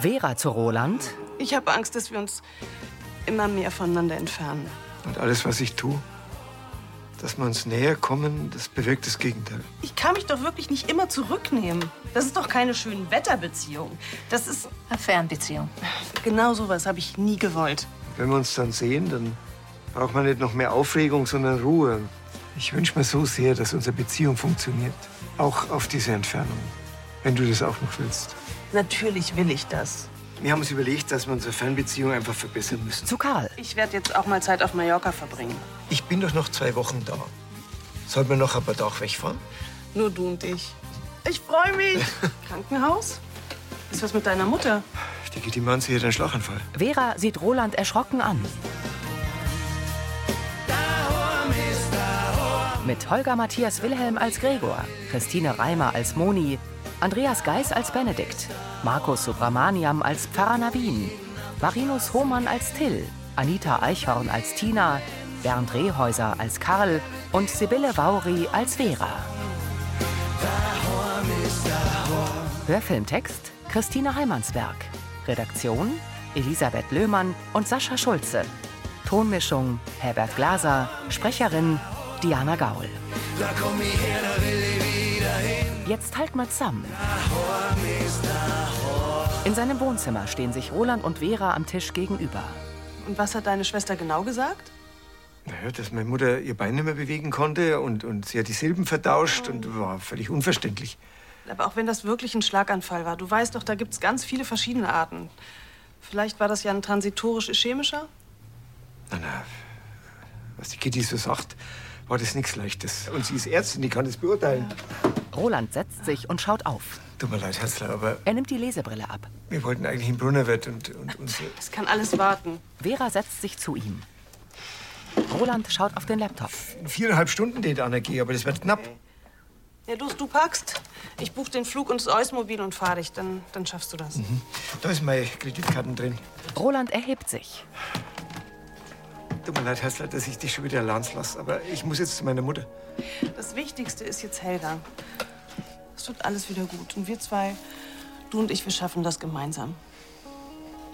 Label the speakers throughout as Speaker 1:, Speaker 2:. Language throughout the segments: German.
Speaker 1: Vera zu Roland.
Speaker 2: Ich habe Angst, dass wir uns immer mehr voneinander entfernen.
Speaker 3: Und alles, was ich tue, dass wir uns näher kommen, das bewirkt das Gegenteil.
Speaker 2: Ich kann mich doch wirklich nicht immer zurücknehmen. Das ist doch keine schöne Wetterbeziehung. Das ist
Speaker 4: Eine Fernbeziehung.
Speaker 2: genau sowas habe ich nie gewollt.
Speaker 3: Wenn wir uns dann sehen, dann braucht man nicht noch mehr Aufregung, sondern Ruhe. Ich wünsche mir so sehr, dass unsere Beziehung funktioniert. Auch auf diese Entfernung. Wenn du das auch noch willst.
Speaker 2: Natürlich will ich das.
Speaker 3: Wir haben uns überlegt, dass wir unsere Fernbeziehung einfach verbessern müssen.
Speaker 1: Zu Karl.
Speaker 2: Ich werde jetzt auch mal Zeit auf Mallorca verbringen.
Speaker 3: Ich bin doch noch zwei Wochen da. Sollten wir noch ein paar Tage wegfahren?
Speaker 2: Nur du und ich. Ich freue mich. Krankenhaus? Ist was mit deiner Mutter?
Speaker 3: Die geht im Mann, sie hat einen Schlaganfall.
Speaker 1: Vera sieht Roland erschrocken an. Mit Holger Matthias Wilhelm als Gregor, Christine Reimer als Moni, Andreas Geis als Benedikt, Markus Subramaniam als Pfarrer Navin, Marinus Hohmann als Till, Anita Eichhorn als Tina, Bernd Rehäuser als Karl und Sibylle Vauri als Vera. Hörfilmtext Christine Heimansberg. Redaktion Elisabeth Löhmann und Sascha Schulze. Tonmischung Herbert Glaser. Sprecherin Diana Gaul. Jetzt halt mal zusammen. In seinem Wohnzimmer stehen sich Roland und Vera am Tisch gegenüber.
Speaker 2: Und was hat deine Schwester genau gesagt?
Speaker 3: Naja, dass meine Mutter ihr Bein nicht mehr bewegen konnte und, und sie hat die Silben vertauscht
Speaker 1: Mhm.
Speaker 3: und war völlig unverständlich.
Speaker 2: Aber auch wenn das wirklich ein Schlaganfall war, du weißt doch, da gibt's ganz viele verschiedene Arten. Vielleicht war das ja ein transitorisch-ischämischer?
Speaker 3: Na, na, was die Kitty so sagt, war das nichts Leichtes. Und sie ist Ärztin, die kann das beurteilen.
Speaker 1: Roland setzt sich und schaut auf.
Speaker 3: Tut mir leid, Herzler, aber
Speaker 1: Er nimmt die Lesebrille ab.
Speaker 3: wir wollten eigentlich in Brunnerwirt und, und unsere...
Speaker 2: Das kann alles warten.
Speaker 1: Vera setzt sich zu ihm. Roland schaut auf den Laptop.
Speaker 3: In viereinhalb Stunden den anergehe, aber das wird knapp.
Speaker 2: Ja, du, du packst. Ich buche den Flug ins Eusmobil und fahre dich. Dann, dann schaffst du das.
Speaker 3: Da ist meine Kreditkarten drin.
Speaker 1: Mhm. Roland erhebt sich.
Speaker 3: Tut mir leid, Herzler, dass ich dich schon wieder allein lasse, aber ich muss jetzt zu meiner Mutter.
Speaker 2: Das Wichtigste ist jetzt Helga. Es wird alles wieder gut. Und wir zwei, du und ich, wir schaffen das gemeinsam.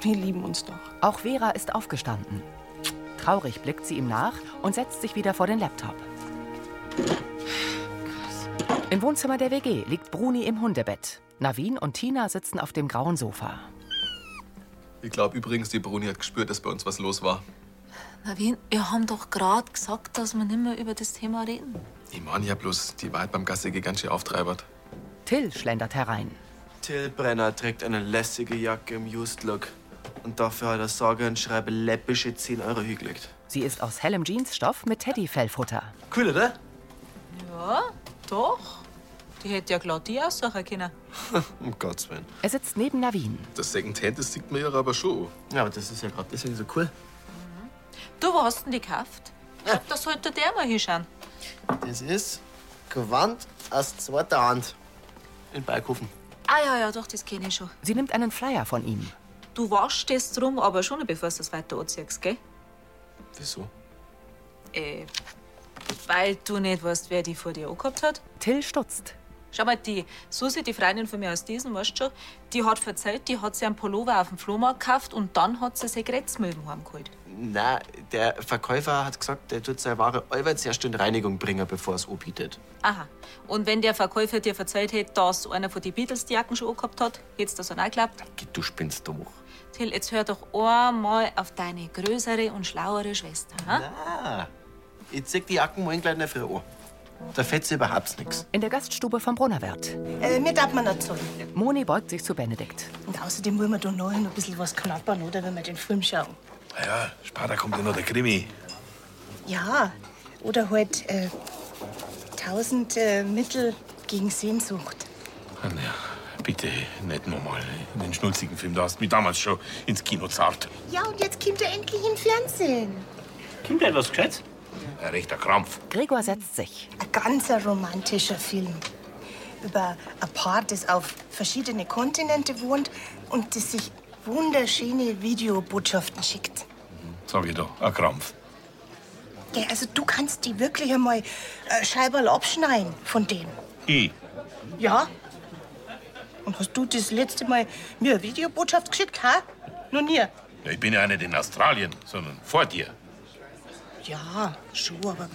Speaker 2: Wir lieben uns doch.
Speaker 1: Auch Vera ist aufgestanden. Traurig blickt sie ihm nach und setzt sich wieder vor den Laptop. Im Wohnzimmer der WG liegt Bruni im Hundebett. Navin und Tina sitzen auf dem grauen Sofa.
Speaker 5: Ich glaube übrigens, die Bruni hat gespürt, dass bei uns was los war.
Speaker 4: Navin, wir haben doch gerade gesagt, dass wir nicht mehr über das Thema reden.
Speaker 5: Ich meine ja bloß, die Wahrheit beim Gasse ganz schön auftreibert.
Speaker 1: Till schlendert herein.
Speaker 6: Till Brenner trägt eine lässige Jacke im Just-Look. Und dafür hat er sage und schreibe läppische 10 Euro hingelegt.
Speaker 1: Sie ist aus hellem Jeansstoff mit Teddyfellfutter.
Speaker 6: Cool, oder?
Speaker 4: Ja, doch. Die hätte ja glatt die aussuchen können.
Speaker 6: Um Gottes Willen.
Speaker 1: Er sitzt neben Navin.
Speaker 5: Das Secondhand, das sieht man ja aber schon.
Speaker 6: Ja, aber das ist ja gerade deswegen so cool.
Speaker 4: Du, wo hast denn die gekauft? Ich glaub, da sollte der mal hinschauen.
Speaker 6: Das ist Gewand aus zweiter Hand. In Balkofen.
Speaker 4: Ah, ja, ja, doch, das kenne ich schon.
Speaker 1: Sie nimmt einen Flyer von ihm.
Speaker 4: Du waschst das drum, aber schon, bevor du es weiter anziehst, gell?
Speaker 5: Wieso?
Speaker 4: Äh, weil du nicht weißt, wer die vor dir angehabt hat.
Speaker 1: Till stutzt.
Speaker 4: Schau mal, die Susi, die Freundin von mir aus diesem, weißt du schon, die hat erzählt, die hat sich einen Pullover auf dem Flohmarkt gekauft und dann hat sie Sekretmilben heimgeholt.
Speaker 6: Na, der Verkäufer hat gesagt, der tut seine Ware allweil zuerst in Reinigung bringen, bevor er es anbietet.
Speaker 4: Aha. Und wenn der Verkäufer dir erzählt hätte, dass einer von den Beatles die Jacken schon angehabt hat, hättest du das auch geglaubt?
Speaker 6: Du spinnst doch.
Speaker 4: Till, jetzt hör doch einmal auf deine größere und schlauere Schwester. Ha?
Speaker 6: Ah, ich zieh die Jacken morgen gleich in der Früh an. Da fällt überhaupt nichts.
Speaker 1: In der Gaststube vom Brunnerwirt.
Speaker 7: Äh, mir darf man nicht sagen.
Speaker 1: Moni beugt sich zu Benedikt.
Speaker 7: Und außerdem wollen wir da noch ein bisschen was knabbern, oder? Wenn wir den Film schauen.
Speaker 8: Naja, später kommt Ah ja noch der Krimi.
Speaker 7: Ja. Oder halt äh, 1000 äh, Mittel gegen Sehnsucht.
Speaker 8: Ah, na, bitte, nicht nochmal. Den schnulzigen Film, da hast du mich damals schon ins Kino zart.
Speaker 7: Ja, und jetzt kommt er endlich im Fernsehen.
Speaker 9: Kommt da etwas Gescheites?
Speaker 8: Ein rechter Krampf.
Speaker 1: Gregor setzt sich.
Speaker 7: Ein ganzer romantischer Film. Über ein Paar, das auf verschiedene Kontinente wohnt und das sich wunderschöne Videobotschaften schickt.
Speaker 8: Sag ich doch, ein Krampf.
Speaker 7: Ja, also du kannst die wirklich einmal
Speaker 8: Hm.
Speaker 7: äh, Scheiberl abschneiden von dem.
Speaker 8: Ich.
Speaker 7: Ja. Und hast du das letzte Mal mir eine Videobotschaft geschickt? Ha? Noch nie?
Speaker 8: Ja, Ich bin ja nicht in Australien, sondern vor dir.
Speaker 7: Ja, schon, aber.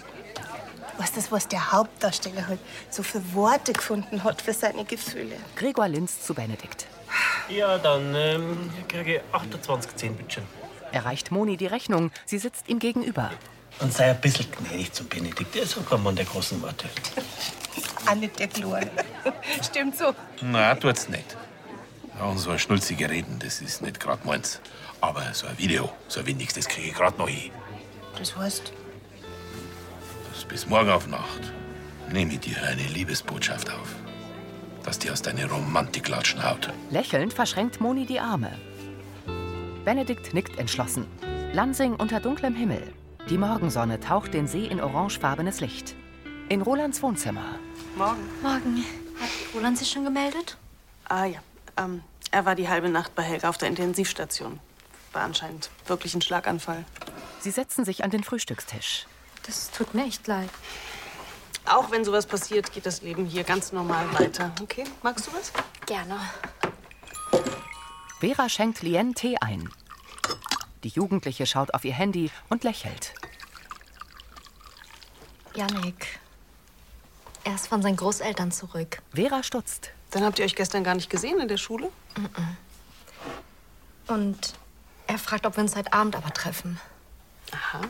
Speaker 7: Weißt du, was der Hauptdarsteller halt so für Worte gefunden hat für seine Gefühle?
Speaker 1: Gregor Linz zu Benedikt.
Speaker 9: Ja, dann ähm, kriege ich 28 Zehnbütchen.
Speaker 1: Erreicht Moni die Rechnung. Sie sitzt ihm gegenüber.
Speaker 9: Und sei ein bisschen gnädig zum Benedikt. Er ist auch kein Mann der großen Worte.
Speaker 7: Auch nicht der Kleine. Stimmt so.
Speaker 8: Na, tut's nicht. Ja, und so ein schnulzige Reden, das ist nicht grad meins. Aber so ein Video, so ein windiges, das kriege ich grad noch hin.
Speaker 7: Das heißt,
Speaker 8: Das bis morgen auf Nacht nehme ich dir eine Liebesbotschaft auf, dass die aus deiner Romantik latschen haut.
Speaker 1: Lächelnd verschränkt Moni die Arme. Benedikt nickt entschlossen. Lansing unter dunklem Himmel. Die Morgensonne taucht den See in orangefarbenes Licht. In Rolands Wohnzimmer.
Speaker 10: Morgen. Hat Roland sich schon gemeldet?
Speaker 2: Ah ja, ähm, er war die halbe Nacht bei Helga auf der Intensivstation. War anscheinend wirklich ein Schlaganfall.
Speaker 1: Sie setzen sich an den Frühstückstisch.
Speaker 10: Das tut mir echt leid.
Speaker 2: Auch wenn sowas passiert, geht das Leben hier ganz normal weiter. Okay, magst du was?
Speaker 10: Gerne.
Speaker 1: Vera schenkt Lien Tee ein. Die Jugendliche schaut auf ihr Handy und lächelt.
Speaker 10: Janik. Er ist von seinen Großeltern zurück.
Speaker 1: Vera stutzt.
Speaker 2: Dann habt ihr euch gestern gar nicht gesehen in der Schule?
Speaker 10: Und er fragt, ob wir uns heute Abend aber treffen.
Speaker 2: Aha.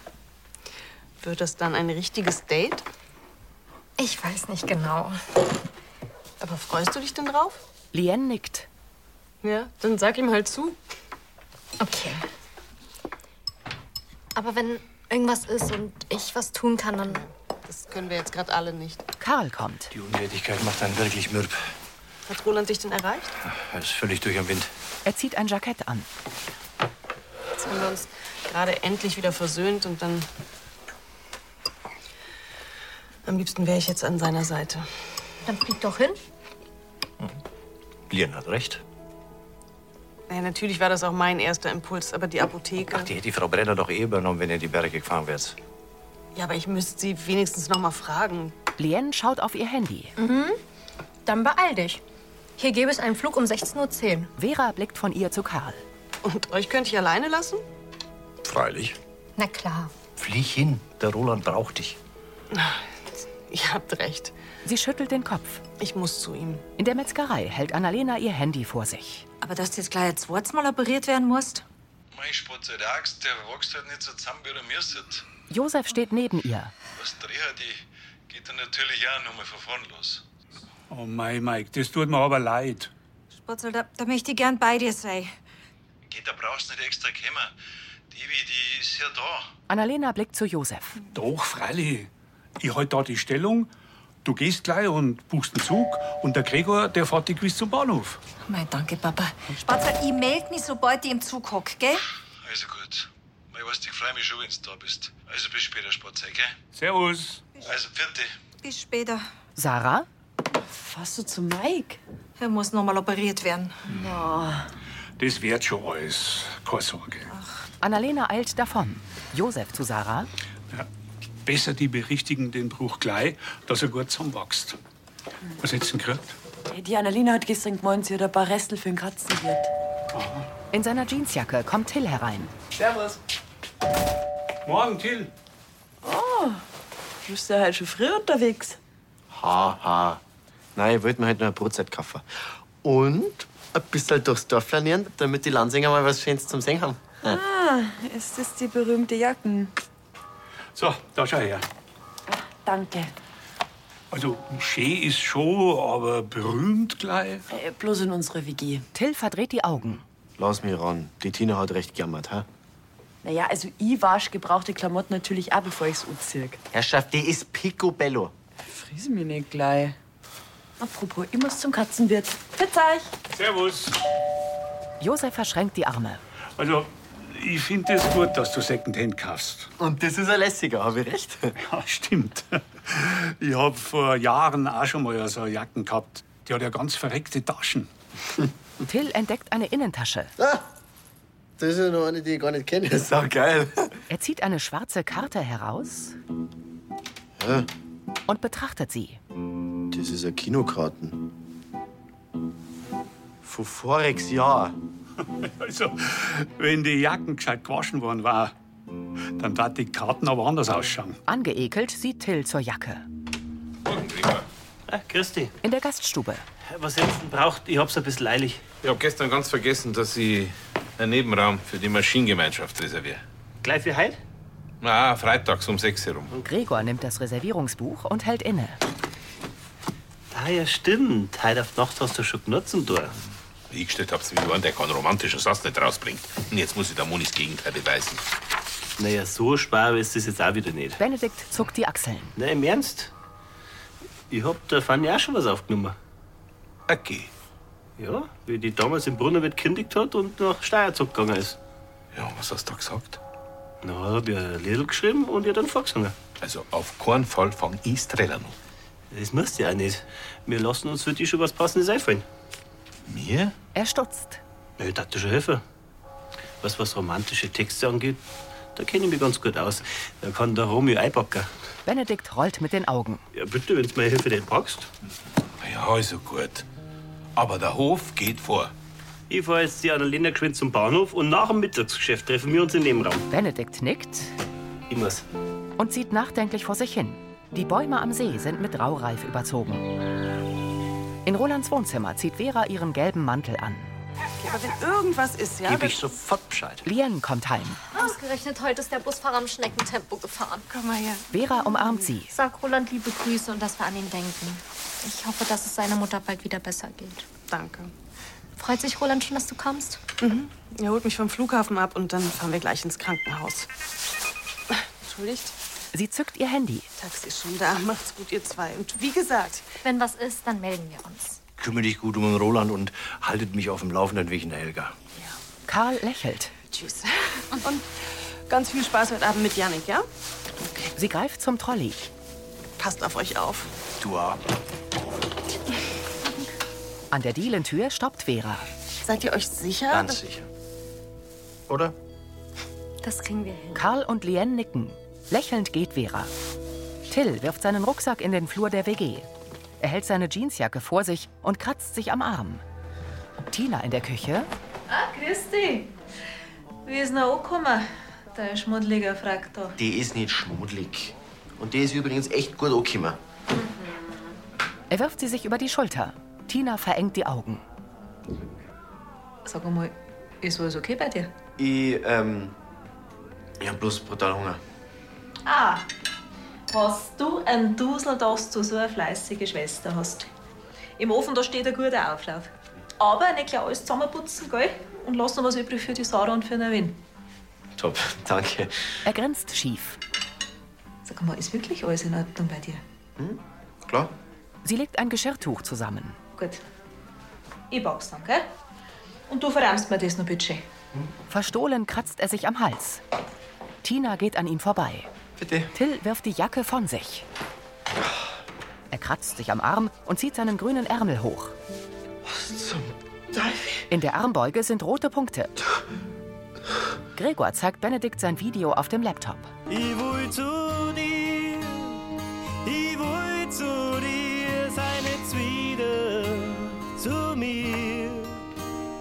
Speaker 2: Wird das dann ein richtiges Date?
Speaker 10: Ich weiß nicht genau.
Speaker 2: Aber freust du dich denn drauf?
Speaker 1: Lien nickt.
Speaker 2: Ja, dann sag ihm halt zu.
Speaker 10: Okay. Aber wenn irgendwas ist und ich was tun kann, dann.
Speaker 2: Das können wir jetzt gerade alle nicht.
Speaker 1: Karl kommt.
Speaker 6: Die Unwertigkeit macht einen wirklich mürb.
Speaker 2: Hat Roland dich denn erreicht?
Speaker 6: Er ist völlig durch am Wind.
Speaker 1: Er zieht ein Jackett an.
Speaker 2: Jetzt haben wir uns gerade endlich wieder versöhnt und dann. Am liebsten wäre ich jetzt an seiner Seite.
Speaker 10: Dann flieg doch hin.
Speaker 11: Lien hat recht.
Speaker 2: Naja, natürlich war das auch mein erster Impuls, aber die Apotheke.
Speaker 11: Die hätte die Frau Brenner doch eh übernommen, wenn ihr in die Berge gefahren wärt.
Speaker 2: Ja, aber ich müsste sie wenigstens noch mal fragen.
Speaker 1: Lien schaut auf ihr Handy.
Speaker 10: Mhm. Dann beeil dich. Hier gäbe es einen Flug um 16.10 Uhr.
Speaker 1: Vera blickt von ihr zu Karl.
Speaker 2: Und euch könnte ich alleine lassen?
Speaker 11: Freilich.
Speaker 10: Na klar.
Speaker 11: Flieg hin, der Roland braucht dich.
Speaker 10: Ah,
Speaker 2: Ihr habt recht.
Speaker 1: Sie schüttelt den Kopf.
Speaker 2: Ich muss zu ihm.
Speaker 1: In der Metzgerei hält Annalena ihr Handy vor sich.
Speaker 12: Aber dass du jetzt gleich jetzt Mal operiert werden musst?
Speaker 13: Mein Sport sei der Axt, der wächst halt nicht so zusammen, wie er mir sitzt.
Speaker 1: Josef steht neben ihr.
Speaker 13: Was Dreher, die geht dann natürlich auch nochmal von vorn los.
Speaker 14: Oh mein Mike, das tut mir aber leid.
Speaker 12: Spotzel, da, da möchte ich gern bei dir sein.
Speaker 13: Geht, da brauchst du nicht extra kommen. Die, wie, die ist ja da.
Speaker 1: Annalena blickt zu Josef.
Speaker 14: Doch, Freilich. Ich halte da die Stellung. Du gehst gleich und buchst einen Zug. Und der Gregor, der fährt dich bis zum Bahnhof.
Speaker 12: Mein Danke, Papa. Spatzel, ich melde mich, sobald ich im Zug hock, gell?
Speaker 13: Also gut. Mei, weißt, ich freue mich schon, wenn du da bist. Also bis später, Sportzeug, gell?
Speaker 14: Servus.
Speaker 13: Also, vierte.
Speaker 12: Bis später.
Speaker 1: Sarah?
Speaker 12: Fast du zu Mike? Er muss noch mal operiert werden.
Speaker 1: Ah.
Speaker 12: Ja.
Speaker 14: Das wird schon alles. Keine Sorge.
Speaker 1: Annalena eilt davon. Josef zu Sarah.
Speaker 14: Besser die berichtigen den Bruch gleich, dass er gut zusammenwächst. Was hättest du denn gekriegt?
Speaker 15: Die Annalena hat gestern gemeint, sie hat ein paar Restel für den Katzenwirt.
Speaker 1: In seiner Jeansjacke kommt Till herein.
Speaker 15: Servus.
Speaker 14: Morgen, Till.
Speaker 15: Oh, du bist ja heute schon früh unterwegs.
Speaker 6: Ha, ha. Nein, ich wollte mir heute noch eine Brotzeit kaufen. Und ein bisschen durchs Dorf flanieren, damit die Lansinger mal was Schönes zum Sehen haben.
Speaker 15: Ah, es ist die berühmte Jacken.
Speaker 14: So, da schau her.
Speaker 15: Danke.
Speaker 14: Also, schön ist schon, aber berühmt gleich.
Speaker 15: Äh, bloß in unserer WG.
Speaker 1: Till verdreht die Augen.
Speaker 6: Lass mich ran. Die Tina hat recht gejammert, ha?
Speaker 15: Naja, also ich wasch gebrauchte Klamotten natürlich auch, bevor ich's anziehe.
Speaker 6: Herrschaft, die ist picobello.
Speaker 15: Friese mich nicht gleich. Apropos, ich muss zum Katzenwirt. Pfiat euch.
Speaker 14: Servus.
Speaker 1: Josef verschränkt die Arme.
Speaker 14: Also, ich finde es gut, dass du Secondhand kaufst.
Speaker 6: Und das ist ein lässiger, habe ich recht?
Speaker 14: Ja, stimmt. Ich habe vor Jahren auch schon mal so eine Jacken gehabt. Die hat ja ganz verreckte Taschen.
Speaker 1: Till entdeckt eine Innentasche.
Speaker 6: Ah, Das ist ja noch eine, die ich gar nicht kenne. Das ist auch geil.
Speaker 1: Er zieht eine schwarze Karte heraus
Speaker 6: Hä?
Speaker 1: und betrachtet sie.
Speaker 6: Das ist eine Kinokarten. Von voriges Jahr.
Speaker 14: Also, wenn die Jacken gescheit gewaschen worden war, dann wird die Karten aber anders ausschauen.
Speaker 1: Angeekelt sieht Till zur Jacke.
Speaker 9: Ah, grüß dich.
Speaker 1: In der Gaststube.
Speaker 9: Was ihr jetzt braucht, ich hab's ein bisschen leilig.
Speaker 16: Ich habe gestern ganz vergessen, dass ich einen Nebenraum für die Maschinengemeinschaft reserviere.
Speaker 9: Gleich wie heute?
Speaker 16: Na, freitags um 6 herum.
Speaker 1: Gregor nimmt das Reservierungsbuch und hält inne.
Speaker 9: Ah, ja, stimmt. Heute auf die Nacht hast du schon genutzt und da.
Speaker 16: Wie ich gestellt hab's mir an, der keinen romantischen Satz nicht rausbringt. Und jetzt muss ich der Monis Gegenteil beweisen.
Speaker 9: Naja, so spar ist das jetzt auch wieder nicht.
Speaker 1: Benedikt zuckt die Achseln.
Speaker 9: Na, im Ernst? Ich hab da Fanny auch schon was aufgenommen.
Speaker 16: Okay.
Speaker 9: Ja, wie die damals im Brunnen mit gekündigt hat und nach Steyr zurückgegangen ist.
Speaker 16: Ja, was hast du da gesagt?
Speaker 9: Na, hab ich ein Lied geschrieben und ihr dann vorgesungen.
Speaker 16: Also auf keinen Fall fang ich Trailer an.
Speaker 9: Das musst du ja auch nicht. Wir lassen uns für dich schon was Passendes einfallen. Mir?
Speaker 1: Er stutzt.
Speaker 9: Na, ich dachte schon helfen. Was was romantische Texte angeht, da kenne ich mich ganz gut aus. Da kann der Romeo einpacken.
Speaker 1: Benedikt rollt mit den Augen.
Speaker 9: Ja, bitte, wenn du mir Hilfe nicht brauchst.
Speaker 16: Ja, also gut. Aber der Hof geht vor.
Speaker 9: Ich fahr jetzt die Annalena geschwind zum Bahnhof und nach dem Mittagsgeschäft treffen wir uns im Nebenraum.
Speaker 1: Benedikt nickt
Speaker 9: Ich muss.
Speaker 1: und sieht nachdenklich vor sich hin. Die Bäume am See sind mit Raureif überzogen. In Rolands Wohnzimmer zieht Vera ihren gelben Mantel an.
Speaker 2: Aber wenn irgendwas ist, ja.
Speaker 1: Geb
Speaker 2: dann-
Speaker 1: ich
Speaker 6: sofort Bescheid.
Speaker 1: Lien kommt heim.
Speaker 17: Ausgerechnet heute ist der Busfahrer im Schneckentempo gefahren.
Speaker 2: Komm mal her.
Speaker 1: Vera umarmt sie.
Speaker 17: Sag Roland liebe Grüße und dass wir an ihn denken. Ich hoffe, dass es seiner Mutter bald wieder besser geht.
Speaker 2: Danke.
Speaker 17: Freut sich Roland schon, dass du kommst?
Speaker 2: Mhm. Er holt mich vom Flughafen ab und dann fahren wir gleich ins Krankenhaus. Entschuldigt,
Speaker 1: Sie zückt ihr Handy.
Speaker 2: Taxi ist schon da. Macht's gut, ihr zwei. Und wie gesagt,
Speaker 17: wenn was ist, dann melden wir uns.
Speaker 11: Kümmere dich gut um den Roland und haltet mich auf dem Laufenden wegen der Helga.
Speaker 1: Karl lächelt.
Speaker 2: Tschüss. Und ganz viel Spaß heute Abend mit Janik, ja?
Speaker 1: Sie greift zum Trolley.
Speaker 2: Passt auf euch auf.
Speaker 11: Du auch.
Speaker 1: An der Dielentür stoppt Vera.
Speaker 2: Seid ihr euch sicher?
Speaker 1: Ganz
Speaker 11: sicher. Oder?
Speaker 17: Das kriegen wir hin.
Speaker 1: Karl und Lien nicken. Lächelnd geht Vera. Till wirft seinen Rucksack in den Flur der WG. Er hält seine Jeansjacke vor sich und kratzt sich am Arm. Tina in der Küche.
Speaker 4: Ah, grüß dich. Wie ist noch angekommen? Der schmuddeliger fragt da.
Speaker 6: Die ist nicht schmuddelig. Und die ist übrigens echt gut angekommen.
Speaker 1: Er wirft sie sich über die Schulter. Tina verengt die Augen.
Speaker 4: Sag mal, ist alles okay bei dir?
Speaker 6: Ich, ähm. Ich hab bloß brutal Hunger.
Speaker 4: Ah, was du ein Dusel, dass du so eine fleißige Schwester hast. Im Ofen, da steht ein guter Auflauf. Aber nicht gleich alles zusammenputzen, gell? Und lass noch was übrig für die Sarah und für den Win.
Speaker 6: Top, danke.
Speaker 1: Er grinst schief.
Speaker 4: Sag mal, ist wirklich alles in Ordnung bei dir?
Speaker 6: Klar.
Speaker 1: Sie legt ein Geschirrtuch zusammen.
Speaker 4: Gut. Ich back's dann, gell? Und du verräumst mir das noch bitte. schön.
Speaker 1: Verstohlen kratzt er sich am Hals. Tina geht an ihm vorbei.
Speaker 6: Bitte.
Speaker 1: Till wirft die Jacke von sich. Er kratzt sich am Arm und zieht seinen grünen Ärmel hoch. In der Armbeuge sind rote Punkte. Gregor zeigt Benedikt sein Video auf dem Laptop.
Speaker 18: Ich will zu dir, ich will zu dir, sei nicht wieder zu mir,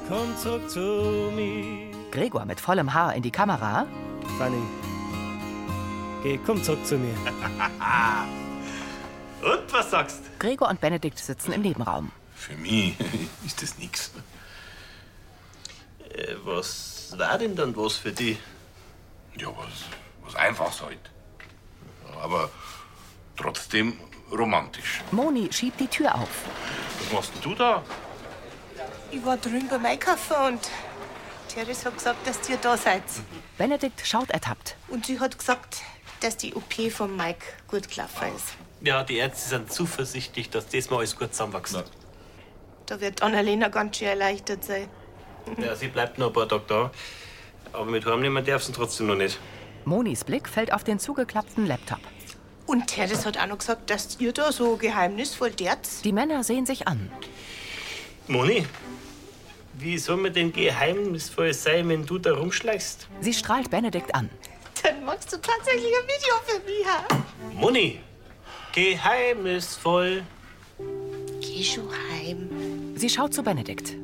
Speaker 18: komm zurück zu mir.
Speaker 1: Gregor mit vollem Haar in die Kamera.
Speaker 18: Fanny, geh, komm zurück zu mir.
Speaker 1: Und was sagst? Gregor und Benedikt sitzen im Nebenraum.
Speaker 5: Für mich ist das nix.
Speaker 9: Äh, was war denn dann was für die?
Speaker 8: Ja, was, was einfach halt. Aber trotzdem romantisch.
Speaker 1: Moni schiebt die Tür auf.
Speaker 8: Was machst denn du da?
Speaker 7: Ich war drüben beim Einkaufen und Therese hat gesagt, dass ihr da seid.
Speaker 1: Benedikt schaut ertappt.
Speaker 7: Und sie hat gesagt, dass die OP von Mike gut gelaufen ist.
Speaker 9: Ja, die Ärzte sind zuversichtlich, dass diesmal alles gut zusammenwächst.
Speaker 7: Da wird Annalena ganz schön erleichtert sein.
Speaker 9: Ja, sie bleibt noch ein paar Tage da. Aber mit heimnehmen darf sie trotzdem noch nicht.
Speaker 1: Monis Blick fällt auf den zugeklappten Laptop.
Speaker 7: Und Therese hat auch noch gesagt, dass ihr da so geheimnisvoll derz.
Speaker 1: Die Männer sehen sich an.
Speaker 9: Moni, wie soll man denn geheimnisvoll sein, wenn du da rumschleichst?
Speaker 1: Sie strahlt Benedikt an.
Speaker 7: Dann machst du tatsächlich ein Video für mich, ha?
Speaker 9: Moni, geheimnisvoll.
Speaker 7: Geh schon heim.
Speaker 1: Sie schaut zu Benedikt.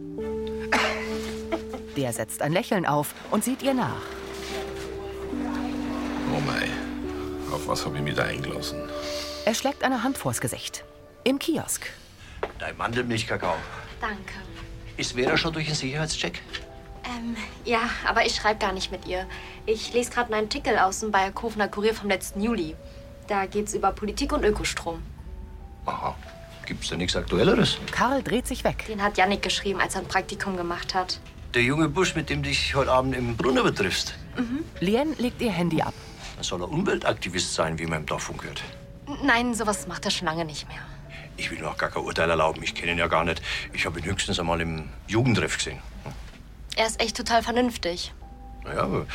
Speaker 1: Der setzt ein Lächeln auf und sieht ihr nach.
Speaker 16: Oh mei, auf was habe ich mich da eingelassen?
Speaker 1: Er schlägt eine Hand vors Gesicht. Im Kiosk.
Speaker 11: Dein Mandelmilchkakao.
Speaker 17: Danke.
Speaker 11: Ist Vera schon durch den Sicherheitscheck?
Speaker 17: Ähm, ja, aber ich schreibe gar nicht mit ihr. Ich lese gerade einen Artikel aus dem Bayerkofener Kurier vom letzten Juli. Da geht's über Politik und Ökostrom.
Speaker 11: Aha. Gibt's da nichts Aktuelleres?
Speaker 1: Karl dreht sich weg.
Speaker 17: Den hat Yannick geschrieben, als er ein Praktikum gemacht hat.
Speaker 11: Der junge Busch, mit dem dich heute Abend im Brunner betriffst,
Speaker 17: Mhm.
Speaker 1: Lien legt ihr Handy ab.
Speaker 11: er soll ein Umweltaktivist sein, wie man im Dorffunk hört.
Speaker 17: N- Nein, sowas macht er schon lange nicht mehr.
Speaker 11: Ich will mir auch gar kein Urteil erlauben. Ich kenne ihn ja gar nicht. Ich habe ihn höchstens einmal im Jugendtreff gesehen.
Speaker 17: Er ist echt total vernünftig.
Speaker 11: Naja, aber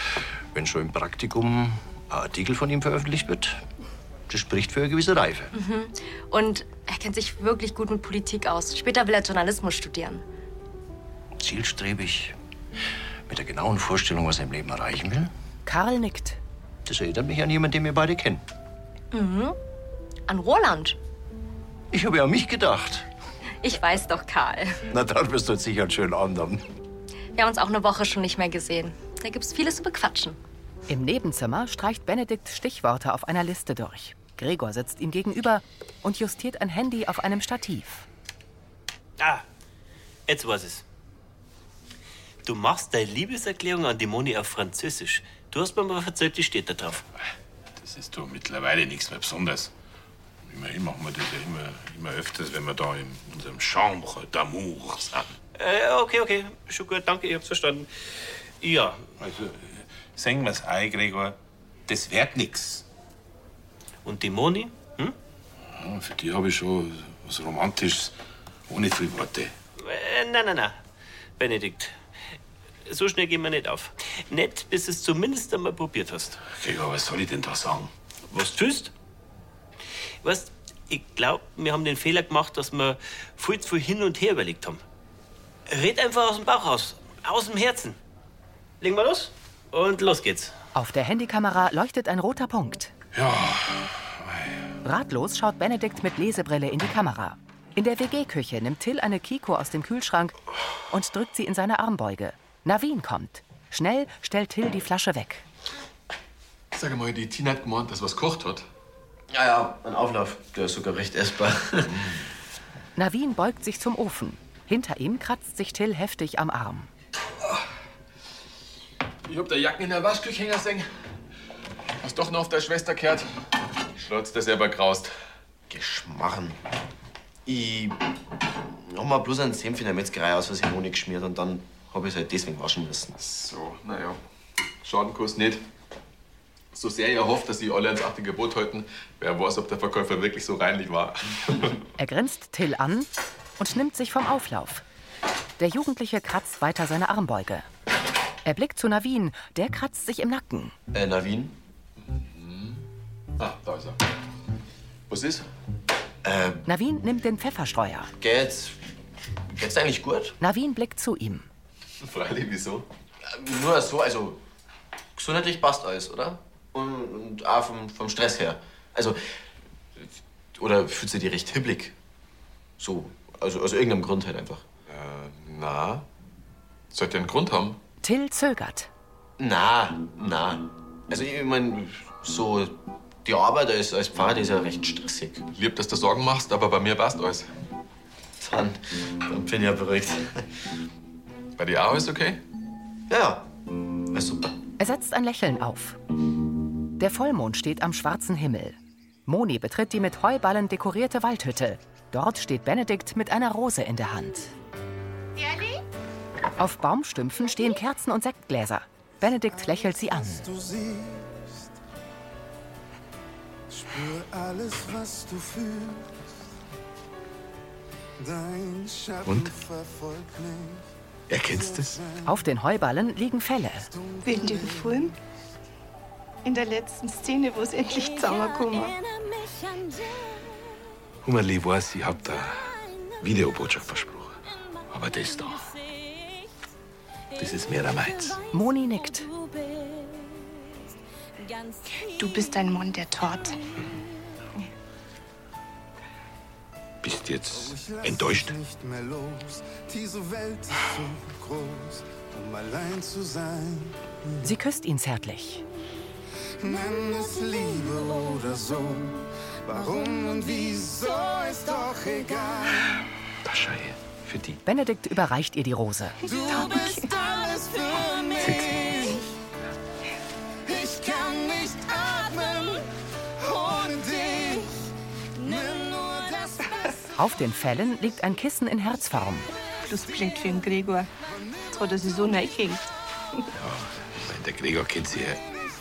Speaker 11: wenn schon im Praktikum ein Artikel von ihm veröffentlicht wird, das spricht für eine gewisse Reife.
Speaker 17: Mhm. Und er kennt sich wirklich gut mit Politik aus. Später will er Journalismus studieren.
Speaker 11: Zielstrebig, mit der genauen Vorstellung, was er im Leben erreichen will.
Speaker 1: Karl nickt.
Speaker 11: Das erinnert mich an jemanden, den wir beide kennen.
Speaker 17: Mhm. An Roland.
Speaker 11: Ich habe ja an mich gedacht.
Speaker 17: Ich weiß doch, Karl.
Speaker 11: Na, dann wirst du jetzt sicher einen schönen Abend haben.
Speaker 17: Wir haben uns auch eine Woche schon nicht mehr gesehen. Da gibt's vieles zu bequatschen.
Speaker 1: Im Nebenzimmer streicht Benedikt Stichworte auf einer Liste durch. Gregor sitzt ihm gegenüber und justiert ein Handy auf einem Stativ.
Speaker 9: Ah, jetzt weiß es. Du machst deine Liebeserklärung an die Moni auf Französisch. Du hast mir mal erzählt, die steht da drauf.
Speaker 16: Das ist doch mittlerweile nichts mehr Besonderes. Immerhin machen wir das ja immer, immer öfters, wenn wir da in unserem Chambre d'amour sind.
Speaker 9: Äh, okay, okay, schon gut, danke, ich hab's verstanden. Ja.
Speaker 16: Also, sehen wir's ein, Gregor, das wird nix.
Speaker 9: Und die Moni?
Speaker 16: hm? Ja, für die habe ich schon was Romantisches, ohne viele Worte.
Speaker 9: Äh, nein, nein, nein. Benedikt, so schnell gehen wir nicht auf. Nicht, bis du es zumindest einmal probiert hast.
Speaker 16: Gregor, was soll ich denn da sagen?
Speaker 9: Was tust? Weißt, ich glaube, wir haben den Fehler gemacht, dass wir viel zu viel hin und her überlegt haben. Red einfach aus dem Bauch raus, aus dem Herzen. Legen wir los und los geht's.
Speaker 1: Auf der Handykamera leuchtet ein roter Punkt.
Speaker 16: Ja.
Speaker 1: Ratlos schaut Benedikt mit Lesebrille in die Kamera. In der WG-Küche nimmt Till eine Kiko aus dem Kühlschrank und drückt sie in seine Armbeuge. Navin kommt. Schnell stellt Till die Flasche weg.
Speaker 5: Sag mal, die Tina hat gemeint, dass was kocht hat.
Speaker 6: Ja, ja, ein Auflauf. Der ist sogar recht essbar.
Speaker 1: Navin beugt sich zum Ofen. Hinter ihm kratzt sich Till heftig am Arm.
Speaker 5: Ich hab der Jacken in der Waschküche hängen sehen. Hast doch noch auf der Schwester gehört. Schlotz, der selber graust.
Speaker 6: Geschmarren. Ich hab mal bloß einen Senf in der Metzgerei aus Versehen Honig geschmiert und dann hab ich es halt deswegen waschen müssen.
Speaker 16: So, naja, schaden kann's nicht. So sehr ich hofft, dass sie alle ans achte Gebot halten, wer weiß, ob der Verkäufer wirklich so reinlich war.
Speaker 1: Er grinst Till an und nimmt sich vom Auflauf. Der Jugendliche kratzt weiter seine Armbeuge. Er blickt zu Navin, der kratzt sich im Nacken.
Speaker 6: Äh, Navin?
Speaker 16: Ah, da ist er. Was ist?
Speaker 6: Äh,
Speaker 1: Navin nimmt den Pfefferstreuer.
Speaker 6: geht's. Geht's eigentlich gut?
Speaker 1: Navin blickt zu ihm.
Speaker 16: Freilich, wieso?
Speaker 6: Nur so, also gesundheitlich passt alles, oder? Und, und auch vom, vom Stress her. Also, oder fühlst du dich recht hibblig? So, also aus irgendeinem Grund halt einfach.
Speaker 16: Äh, na, sollte einen Grund haben.
Speaker 1: Till zögert.
Speaker 6: Na, na. Also, ich meine, so die Arbeit als, als Pfarrer die ist ja recht stressig.
Speaker 16: Lieb, dass du Sorgen machst, aber bei mir passt alles.
Speaker 6: Dann, dann bin ich ja beruhigt.
Speaker 16: Bei dir auch alles okay?
Speaker 6: Ja, ja. super.
Speaker 1: Er setzt ein Lächeln auf. Der Vollmond steht am schwarzen Himmel. Moni betritt die mit Heuballen dekorierte Waldhütte. Dort steht Benedikt mit einer Rose in der Hand.
Speaker 19: Ehrlich?
Speaker 1: Auf Baumstümpfen stehen Kerzen und Sektgläser. Benedikt lächelt sie an.
Speaker 19: Du siehst, spür alles, was du fühlst. Dein Schatten
Speaker 1: Und?
Speaker 19: verfolgt mich.
Speaker 1: Erkennst es? Auf den Heuballen liegen Felle.
Speaker 2: Wegen dir gefallen? In der letzten Szene, wo es endlich zusammenkommen.
Speaker 16: Hummerli weiß, ich hab da Videobotschaft versprochen. Aber das da, das ist mehr meins.
Speaker 1: Moni nickt.
Speaker 7: Du bist ein Mann der Tat.
Speaker 16: Bist jetzt enttäuscht?
Speaker 19: Nicht mehr los, diese Welt ist so groß, um um allein zu sein.
Speaker 1: Sie küsst ihn zärtlich.
Speaker 19: Nenn es Liebe oder so. Warum und wieso ist doch egal.
Speaker 1: Für die. Benedikt überreicht ihr die Rose.
Speaker 19: Du bist alles für mich. Ich kann nicht atmen ohne dich. Nimm nur das Beste.
Speaker 1: Auf den Fellen liegt ein Kissen in Herzform.
Speaker 2: Das klingt für den Gregor. Jetzt hat er sie so nahe hängt.
Speaker 16: Ich mein, der Gregor kennt sie, ja-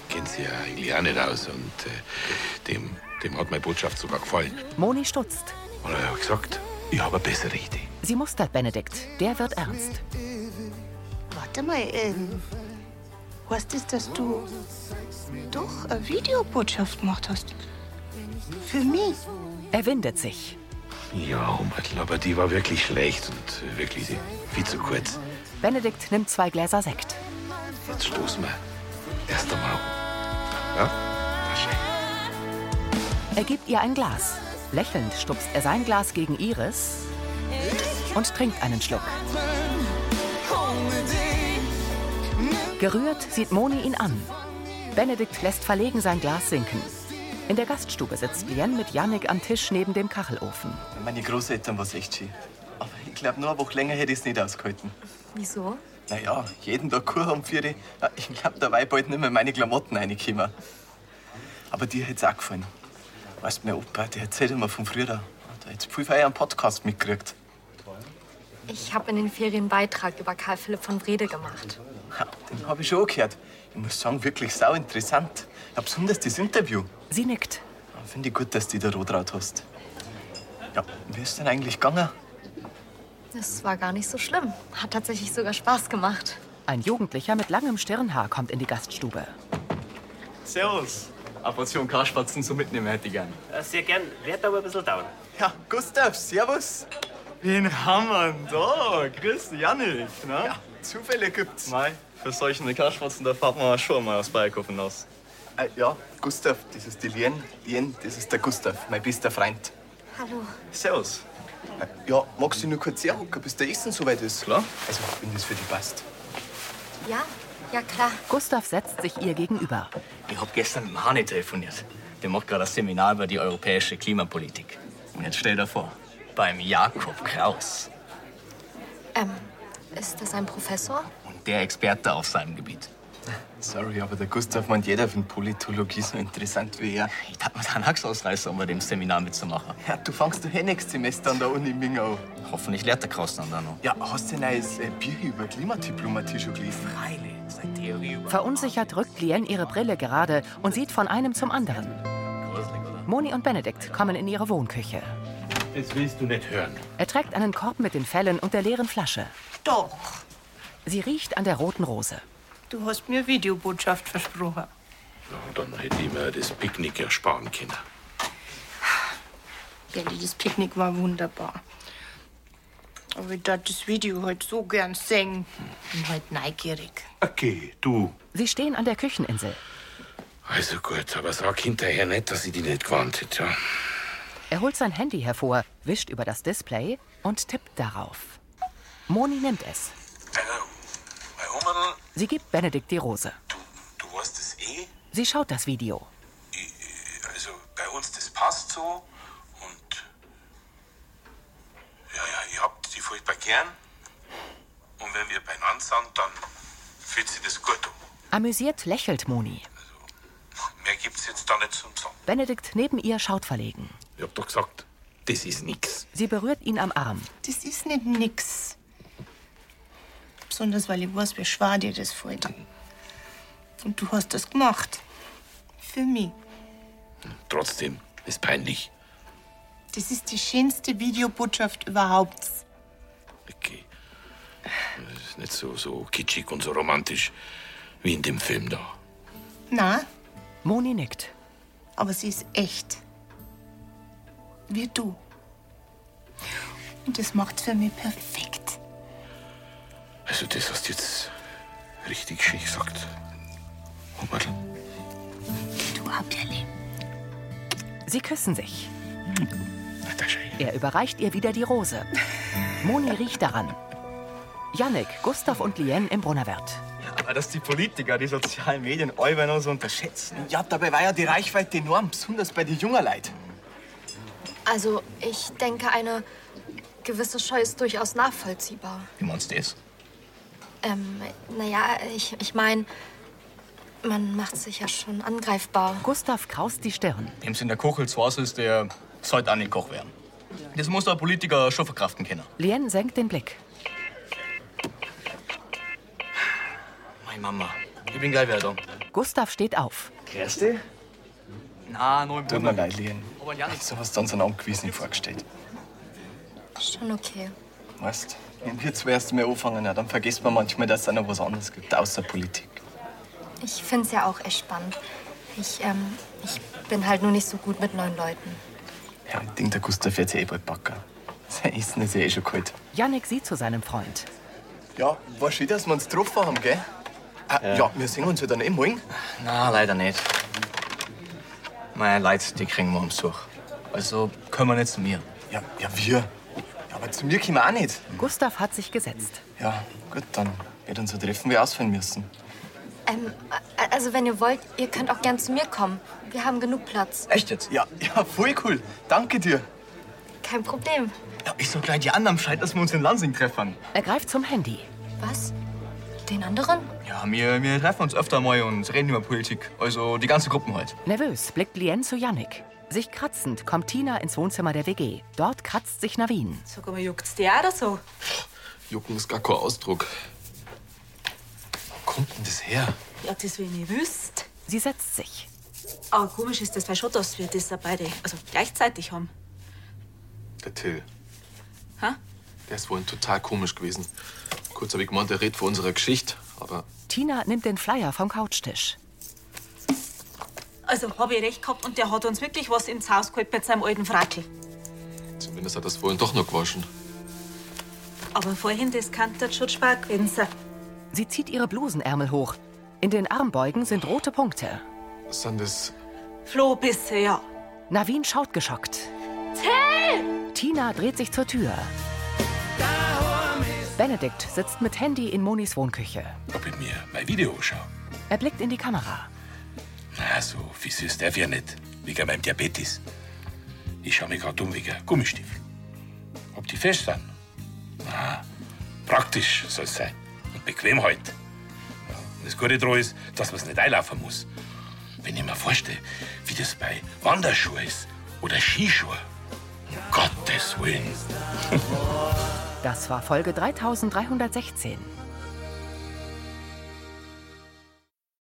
Speaker 16: kennt sie ja eigentlich auch nicht aus. Und äh, dem, dem hat meine Botschaft sogar gefallen.
Speaker 1: Moni stutzt.
Speaker 16: Und er hat gesagt, ich habe eine bessere Idee.
Speaker 1: Sie mustert Benedikt. Der wird ernst.
Speaker 7: Warte mal, ähm, weißt du, dass du doch eine Videobotschaft gemacht hast? Für mich?
Speaker 1: Er windet sich.
Speaker 16: Ja, Hummertl, aber die war wirklich schlecht und äh, wirklich viel zu kurz.
Speaker 1: Benedikt nimmt zwei Gläser Sekt.
Speaker 16: Jetzt stoßen wir erst einmal
Speaker 1: Er gibt ihr ein Glas. Lächelnd stupst er sein Glas gegen ihres und trinkt einen Schluck.
Speaker 19: Ohne dich.
Speaker 1: Gerührt sieht Moni ihn an. Benedikt lässt verlegen sein Glas sinken. In der Gaststube sitzt Lien mit Yannick am Tisch neben dem Kachelofen.
Speaker 20: Meine Großeltern war es echt schön. Aber ich glaube, nur eine Woche länger hätte ich es nicht ausgehalten.
Speaker 17: Wieso?
Speaker 20: Naja, jeden Tag Kurhamführe. Ich glaube, da war ich bald nicht mehr in meine Klamotten reingekommen. Aber dir hätte es auch gefallen. Weißt du, mein Opa, der erzählt immer von früher. Da hat viel von eurem Podcast mitgekriegt.
Speaker 17: Ich habe in den Ferien einen Beitrag über Karl Philipp von Wrede gemacht.
Speaker 20: Ha, Den habe ich schon gehört. Ich muss sagen, wirklich sau interessant. Ja, besonders das Interview.
Speaker 1: Sie nickt.
Speaker 20: Finde ich gut, dass du dich da Rotraut hast. Ja, wie ist denn eigentlich gegangen?
Speaker 17: Das war gar nicht so schlimm. Hat tatsächlich sogar Spaß gemacht.
Speaker 1: Ein Jugendlicher mit langem Stirnhaar kommt in die Gaststube.
Speaker 20: Servus. Eine Portion Karspatzen zum Mitnehmen hätte ich gern.
Speaker 9: Äh, Sehr gern, wird aber ein bisschen dauern.
Speaker 20: Ja, Gustav, servus. Wen haben wir da? Grüß dich, Janik. Ne? Ja, Zufälle gibt's. Mei, für solche Karspatzen, da fahren wir schon mal aus Bayerkofen aus. Äh, ja, Gustav, das ist die Lien. Lien, das ist der Gustav, mein bester Freund.
Speaker 17: Hallo.
Speaker 20: Servus. Äh, ja, magst du nur kurz herhocken, bis der Essen soweit ist? Klar. Also, wenn das für dich passt.
Speaker 17: Ja? Ja, klar.
Speaker 1: Gustav setzt sich ihr gegenüber.
Speaker 21: Ich habe gestern mit dem Hani telefoniert. Der macht gerade ein Seminar über die europäische Klimapolitik. Und jetzt stell dir vor, beim Jakob Kraus,
Speaker 17: Ähm, ist das ein Professor?
Speaker 20: Der Experte auf seinem Gebiet. Sorry, aber der Gustav meint, jeder findet Politologie so interessant wie er. Ich darf mir
Speaker 21: einen Achsausreißer, um bei dem Seminar mitzumachen.
Speaker 20: Ja, du fangst du hin nächstes Semester an der Uni Mingau.
Speaker 21: Hoffentlich lehrt der Kraus dann da noch.
Speaker 20: Ja, hast du ein neues äh, Bier über Klimadiplomatie schon gelesen? Freilich, seit Theorie über.
Speaker 1: Verunsichert rückt Lien ihre Brille gerade und sieht von einem zum anderen. Moni und Benedikt kommen in ihre Wohnküche.
Speaker 16: Das willst du nicht hören.
Speaker 1: Er trägt einen Korb mit den Fellen und der leeren Flasche.
Speaker 2: Doch.
Speaker 1: Sie riecht an der roten Rose.
Speaker 2: Du hast mir Videobotschaft versprochen.
Speaker 16: Und dann hätte ich mir das Picknick ersparen können.
Speaker 7: Ja, dieses Picknick war wunderbar. Aber ich darf das Video heute so gern singen. Bin heute neugierig.
Speaker 16: Okay, du.
Speaker 1: Sie stehen an der Kücheninsel.
Speaker 16: Also gut, aber sag hinterher nicht, dass ich die nicht gewarnt hätte. Ja?
Speaker 1: Er holt sein Handy hervor, wischt über das Display und tippt darauf. Moni nimmt es.
Speaker 13: Mein Hummerl,
Speaker 1: Sie gibt Benedikt die Rose.
Speaker 13: du weißt es eh.
Speaker 1: Sie schaut das Video.
Speaker 13: Also bei uns, das passt so. Und ja, ja, ihr habt die furchtbar gern. Und wenn wir beieinander sind, dann fühlt sich das gut um.
Speaker 1: Amüsiert lächelt Moni.
Speaker 13: Mehr gibt's jetzt da nicht zum Sagen.
Speaker 1: Benedikt neben ihr schaut verlegen.
Speaker 16: Ich hab doch gesagt, das ist nix.
Speaker 1: Sie berührt ihn am Arm.
Speaker 7: Das ist nicht nix. Besonders, weil ich weiß, wie schwer dir das fällt. Und du hast das gemacht. Für mich.
Speaker 16: Trotzdem, ist peinlich.
Speaker 7: Das ist die schönste Videobotschaft überhaupt.
Speaker 16: Das ist nicht so, so kitschig und so romantisch wie in dem Film da.
Speaker 7: Na,
Speaker 1: Moni nickt.
Speaker 7: aber sie ist echt. Wie du. Und das macht für mich perfekt.
Speaker 16: Also, das hast du jetzt richtig schön gesagt. Hummerl.
Speaker 7: Du Abdelli.
Speaker 1: Sie küssen sich. Er überreicht ihr wieder die Rose. Moni riecht daran. Yannick, Gustav und Lien im Brunnerwirt.
Speaker 20: Aber dass die Politiker die sozialen Medien allweil noch so unterschätzen. Ja, dabei war ja die Reichweite enorm, besonders bei den jungen Leuten.
Speaker 17: Also, ich denke, eine gewisse Scheu ist durchaus nachvollziehbar.
Speaker 21: Wie meinst du das?
Speaker 17: Ähm, naja, ich, ich meine, man macht sich ja schon angreifbar.
Speaker 1: Gustav kraust die Stirn.
Speaker 21: Dem in der Kochel zu Hause ist, der sollte auch nicht Koch werden. Das muss der Politiker schon verkraften können.
Speaker 1: Lien senkt den Blick.
Speaker 21: Meine Mama, ich bin gleich wieder da.
Speaker 1: Gustav steht auf.
Speaker 20: Grüß dich.
Speaker 21: Na, nur im
Speaker 20: Tut mir
Speaker 21: Brunnen.
Speaker 20: leid, Lien. Ich so was uns an angewiesen vorgestellt.
Speaker 17: Schon okay.
Speaker 20: Weißt, wenn wir zuerst mehr anfangen, ja, dann vergisst man manchmal, dass es auch noch was anderes gibt, außer Politik.
Speaker 17: Ich find's ja auch echt spannend. Ich, ähm, ich bin halt nur nicht so gut mit neuen Leuten.
Speaker 20: Ja, ich denke, der Gustav wird ja eh bald backen. Sein Essen ist ja eh schon kalt.
Speaker 1: Yannick sieht zu seinem Freund.
Speaker 20: Ja, war schön, dass wir uns getroffen haben, gell? Ah, ja. wir sehen uns ja dann eh morgen.
Speaker 21: Na, leider nicht. Meine Leute, die kriegen wir ums Such. Also können wir nicht zu mir.
Speaker 20: Ja, ja wir. Ja, aber zu mir kommen wir auch nicht.
Speaker 1: Gustav hat sich gesetzt.
Speaker 20: Ja, gut, dann wird unser Treffen wir ausfallen müssen.
Speaker 17: Ähm, a- also wenn ihr wollt, ihr könnt auch gern zu mir kommen. Wir haben genug Platz.
Speaker 20: Echt jetzt? Ja, ja, voll cool. Danke dir.
Speaker 17: Kein Problem.
Speaker 20: Ja, ich sag gleich die anderen Bescheid, dass wir uns in Lansing treffen.
Speaker 1: Er greift zum Handy.
Speaker 17: Was? Den anderen?
Speaker 21: Ja, wir, wir treffen uns öfter mal und reden über Politik. Also die ganze Gruppen
Speaker 20: halt.
Speaker 21: heute.
Speaker 1: Nervös blickt Lien zu Yannick. Sich kratzend kommt Tina ins Wohnzimmer der WG. Dort kratzt sich Navin.
Speaker 4: Sag mal, juckt's dir auch oder so?
Speaker 5: Jucken ist gar kein Ausdruck. Wo kommt denn das her?
Speaker 4: Ja, das will ich nicht wüsst.
Speaker 1: Sie setzt sich.
Speaker 4: Aber komisch ist das, weil schon, dass wir das ja beide, also gleichzeitig haben.
Speaker 5: Der Till.
Speaker 4: Hä?
Speaker 5: Der ist wohl total komisch gewesen. Kurz habe ich gemeint, der redet von unserer Geschichte, aber
Speaker 1: Tina nimmt den Flyer vom Couchtisch.
Speaker 4: Also habe ich recht gehabt und der hat uns wirklich was ins Haus geholt mit seinem alten Frackel.
Speaker 5: zumindest hat er es vorhin doch noch gewaschen.
Speaker 4: Aber vorhin, das kann der schon Spaß gewesen sein.
Speaker 1: Sie zieht ihre Blusenärmel hoch. In den Armbeugen sind rote Punkte.
Speaker 5: Sind das.
Speaker 4: Flo, bisse, ja.
Speaker 1: Navin schaut geschockt. Tina dreht sich zur Tür. Benedikt sitzt mit Handy in Monis Wohnküche.
Speaker 16: Ob ich mir mein Video schaue?
Speaker 1: Er blickt in die Kamera.
Speaker 16: Na, so viel süß darf ich ja nicht. Wegen meinem Diabetes. Ich schau mich grad um wegen Gummistiefel. Ob die fest sind? Na, praktisch soll's sein. Und bequem halt. Ja, und das Gute daran ist, dass man's nicht einlaufen muss. Wenn ich mir vorstelle, wie das bei Wanderschuhen ist oder Skischuhe. Um Gottes Willen.
Speaker 1: Das war Folge 3316.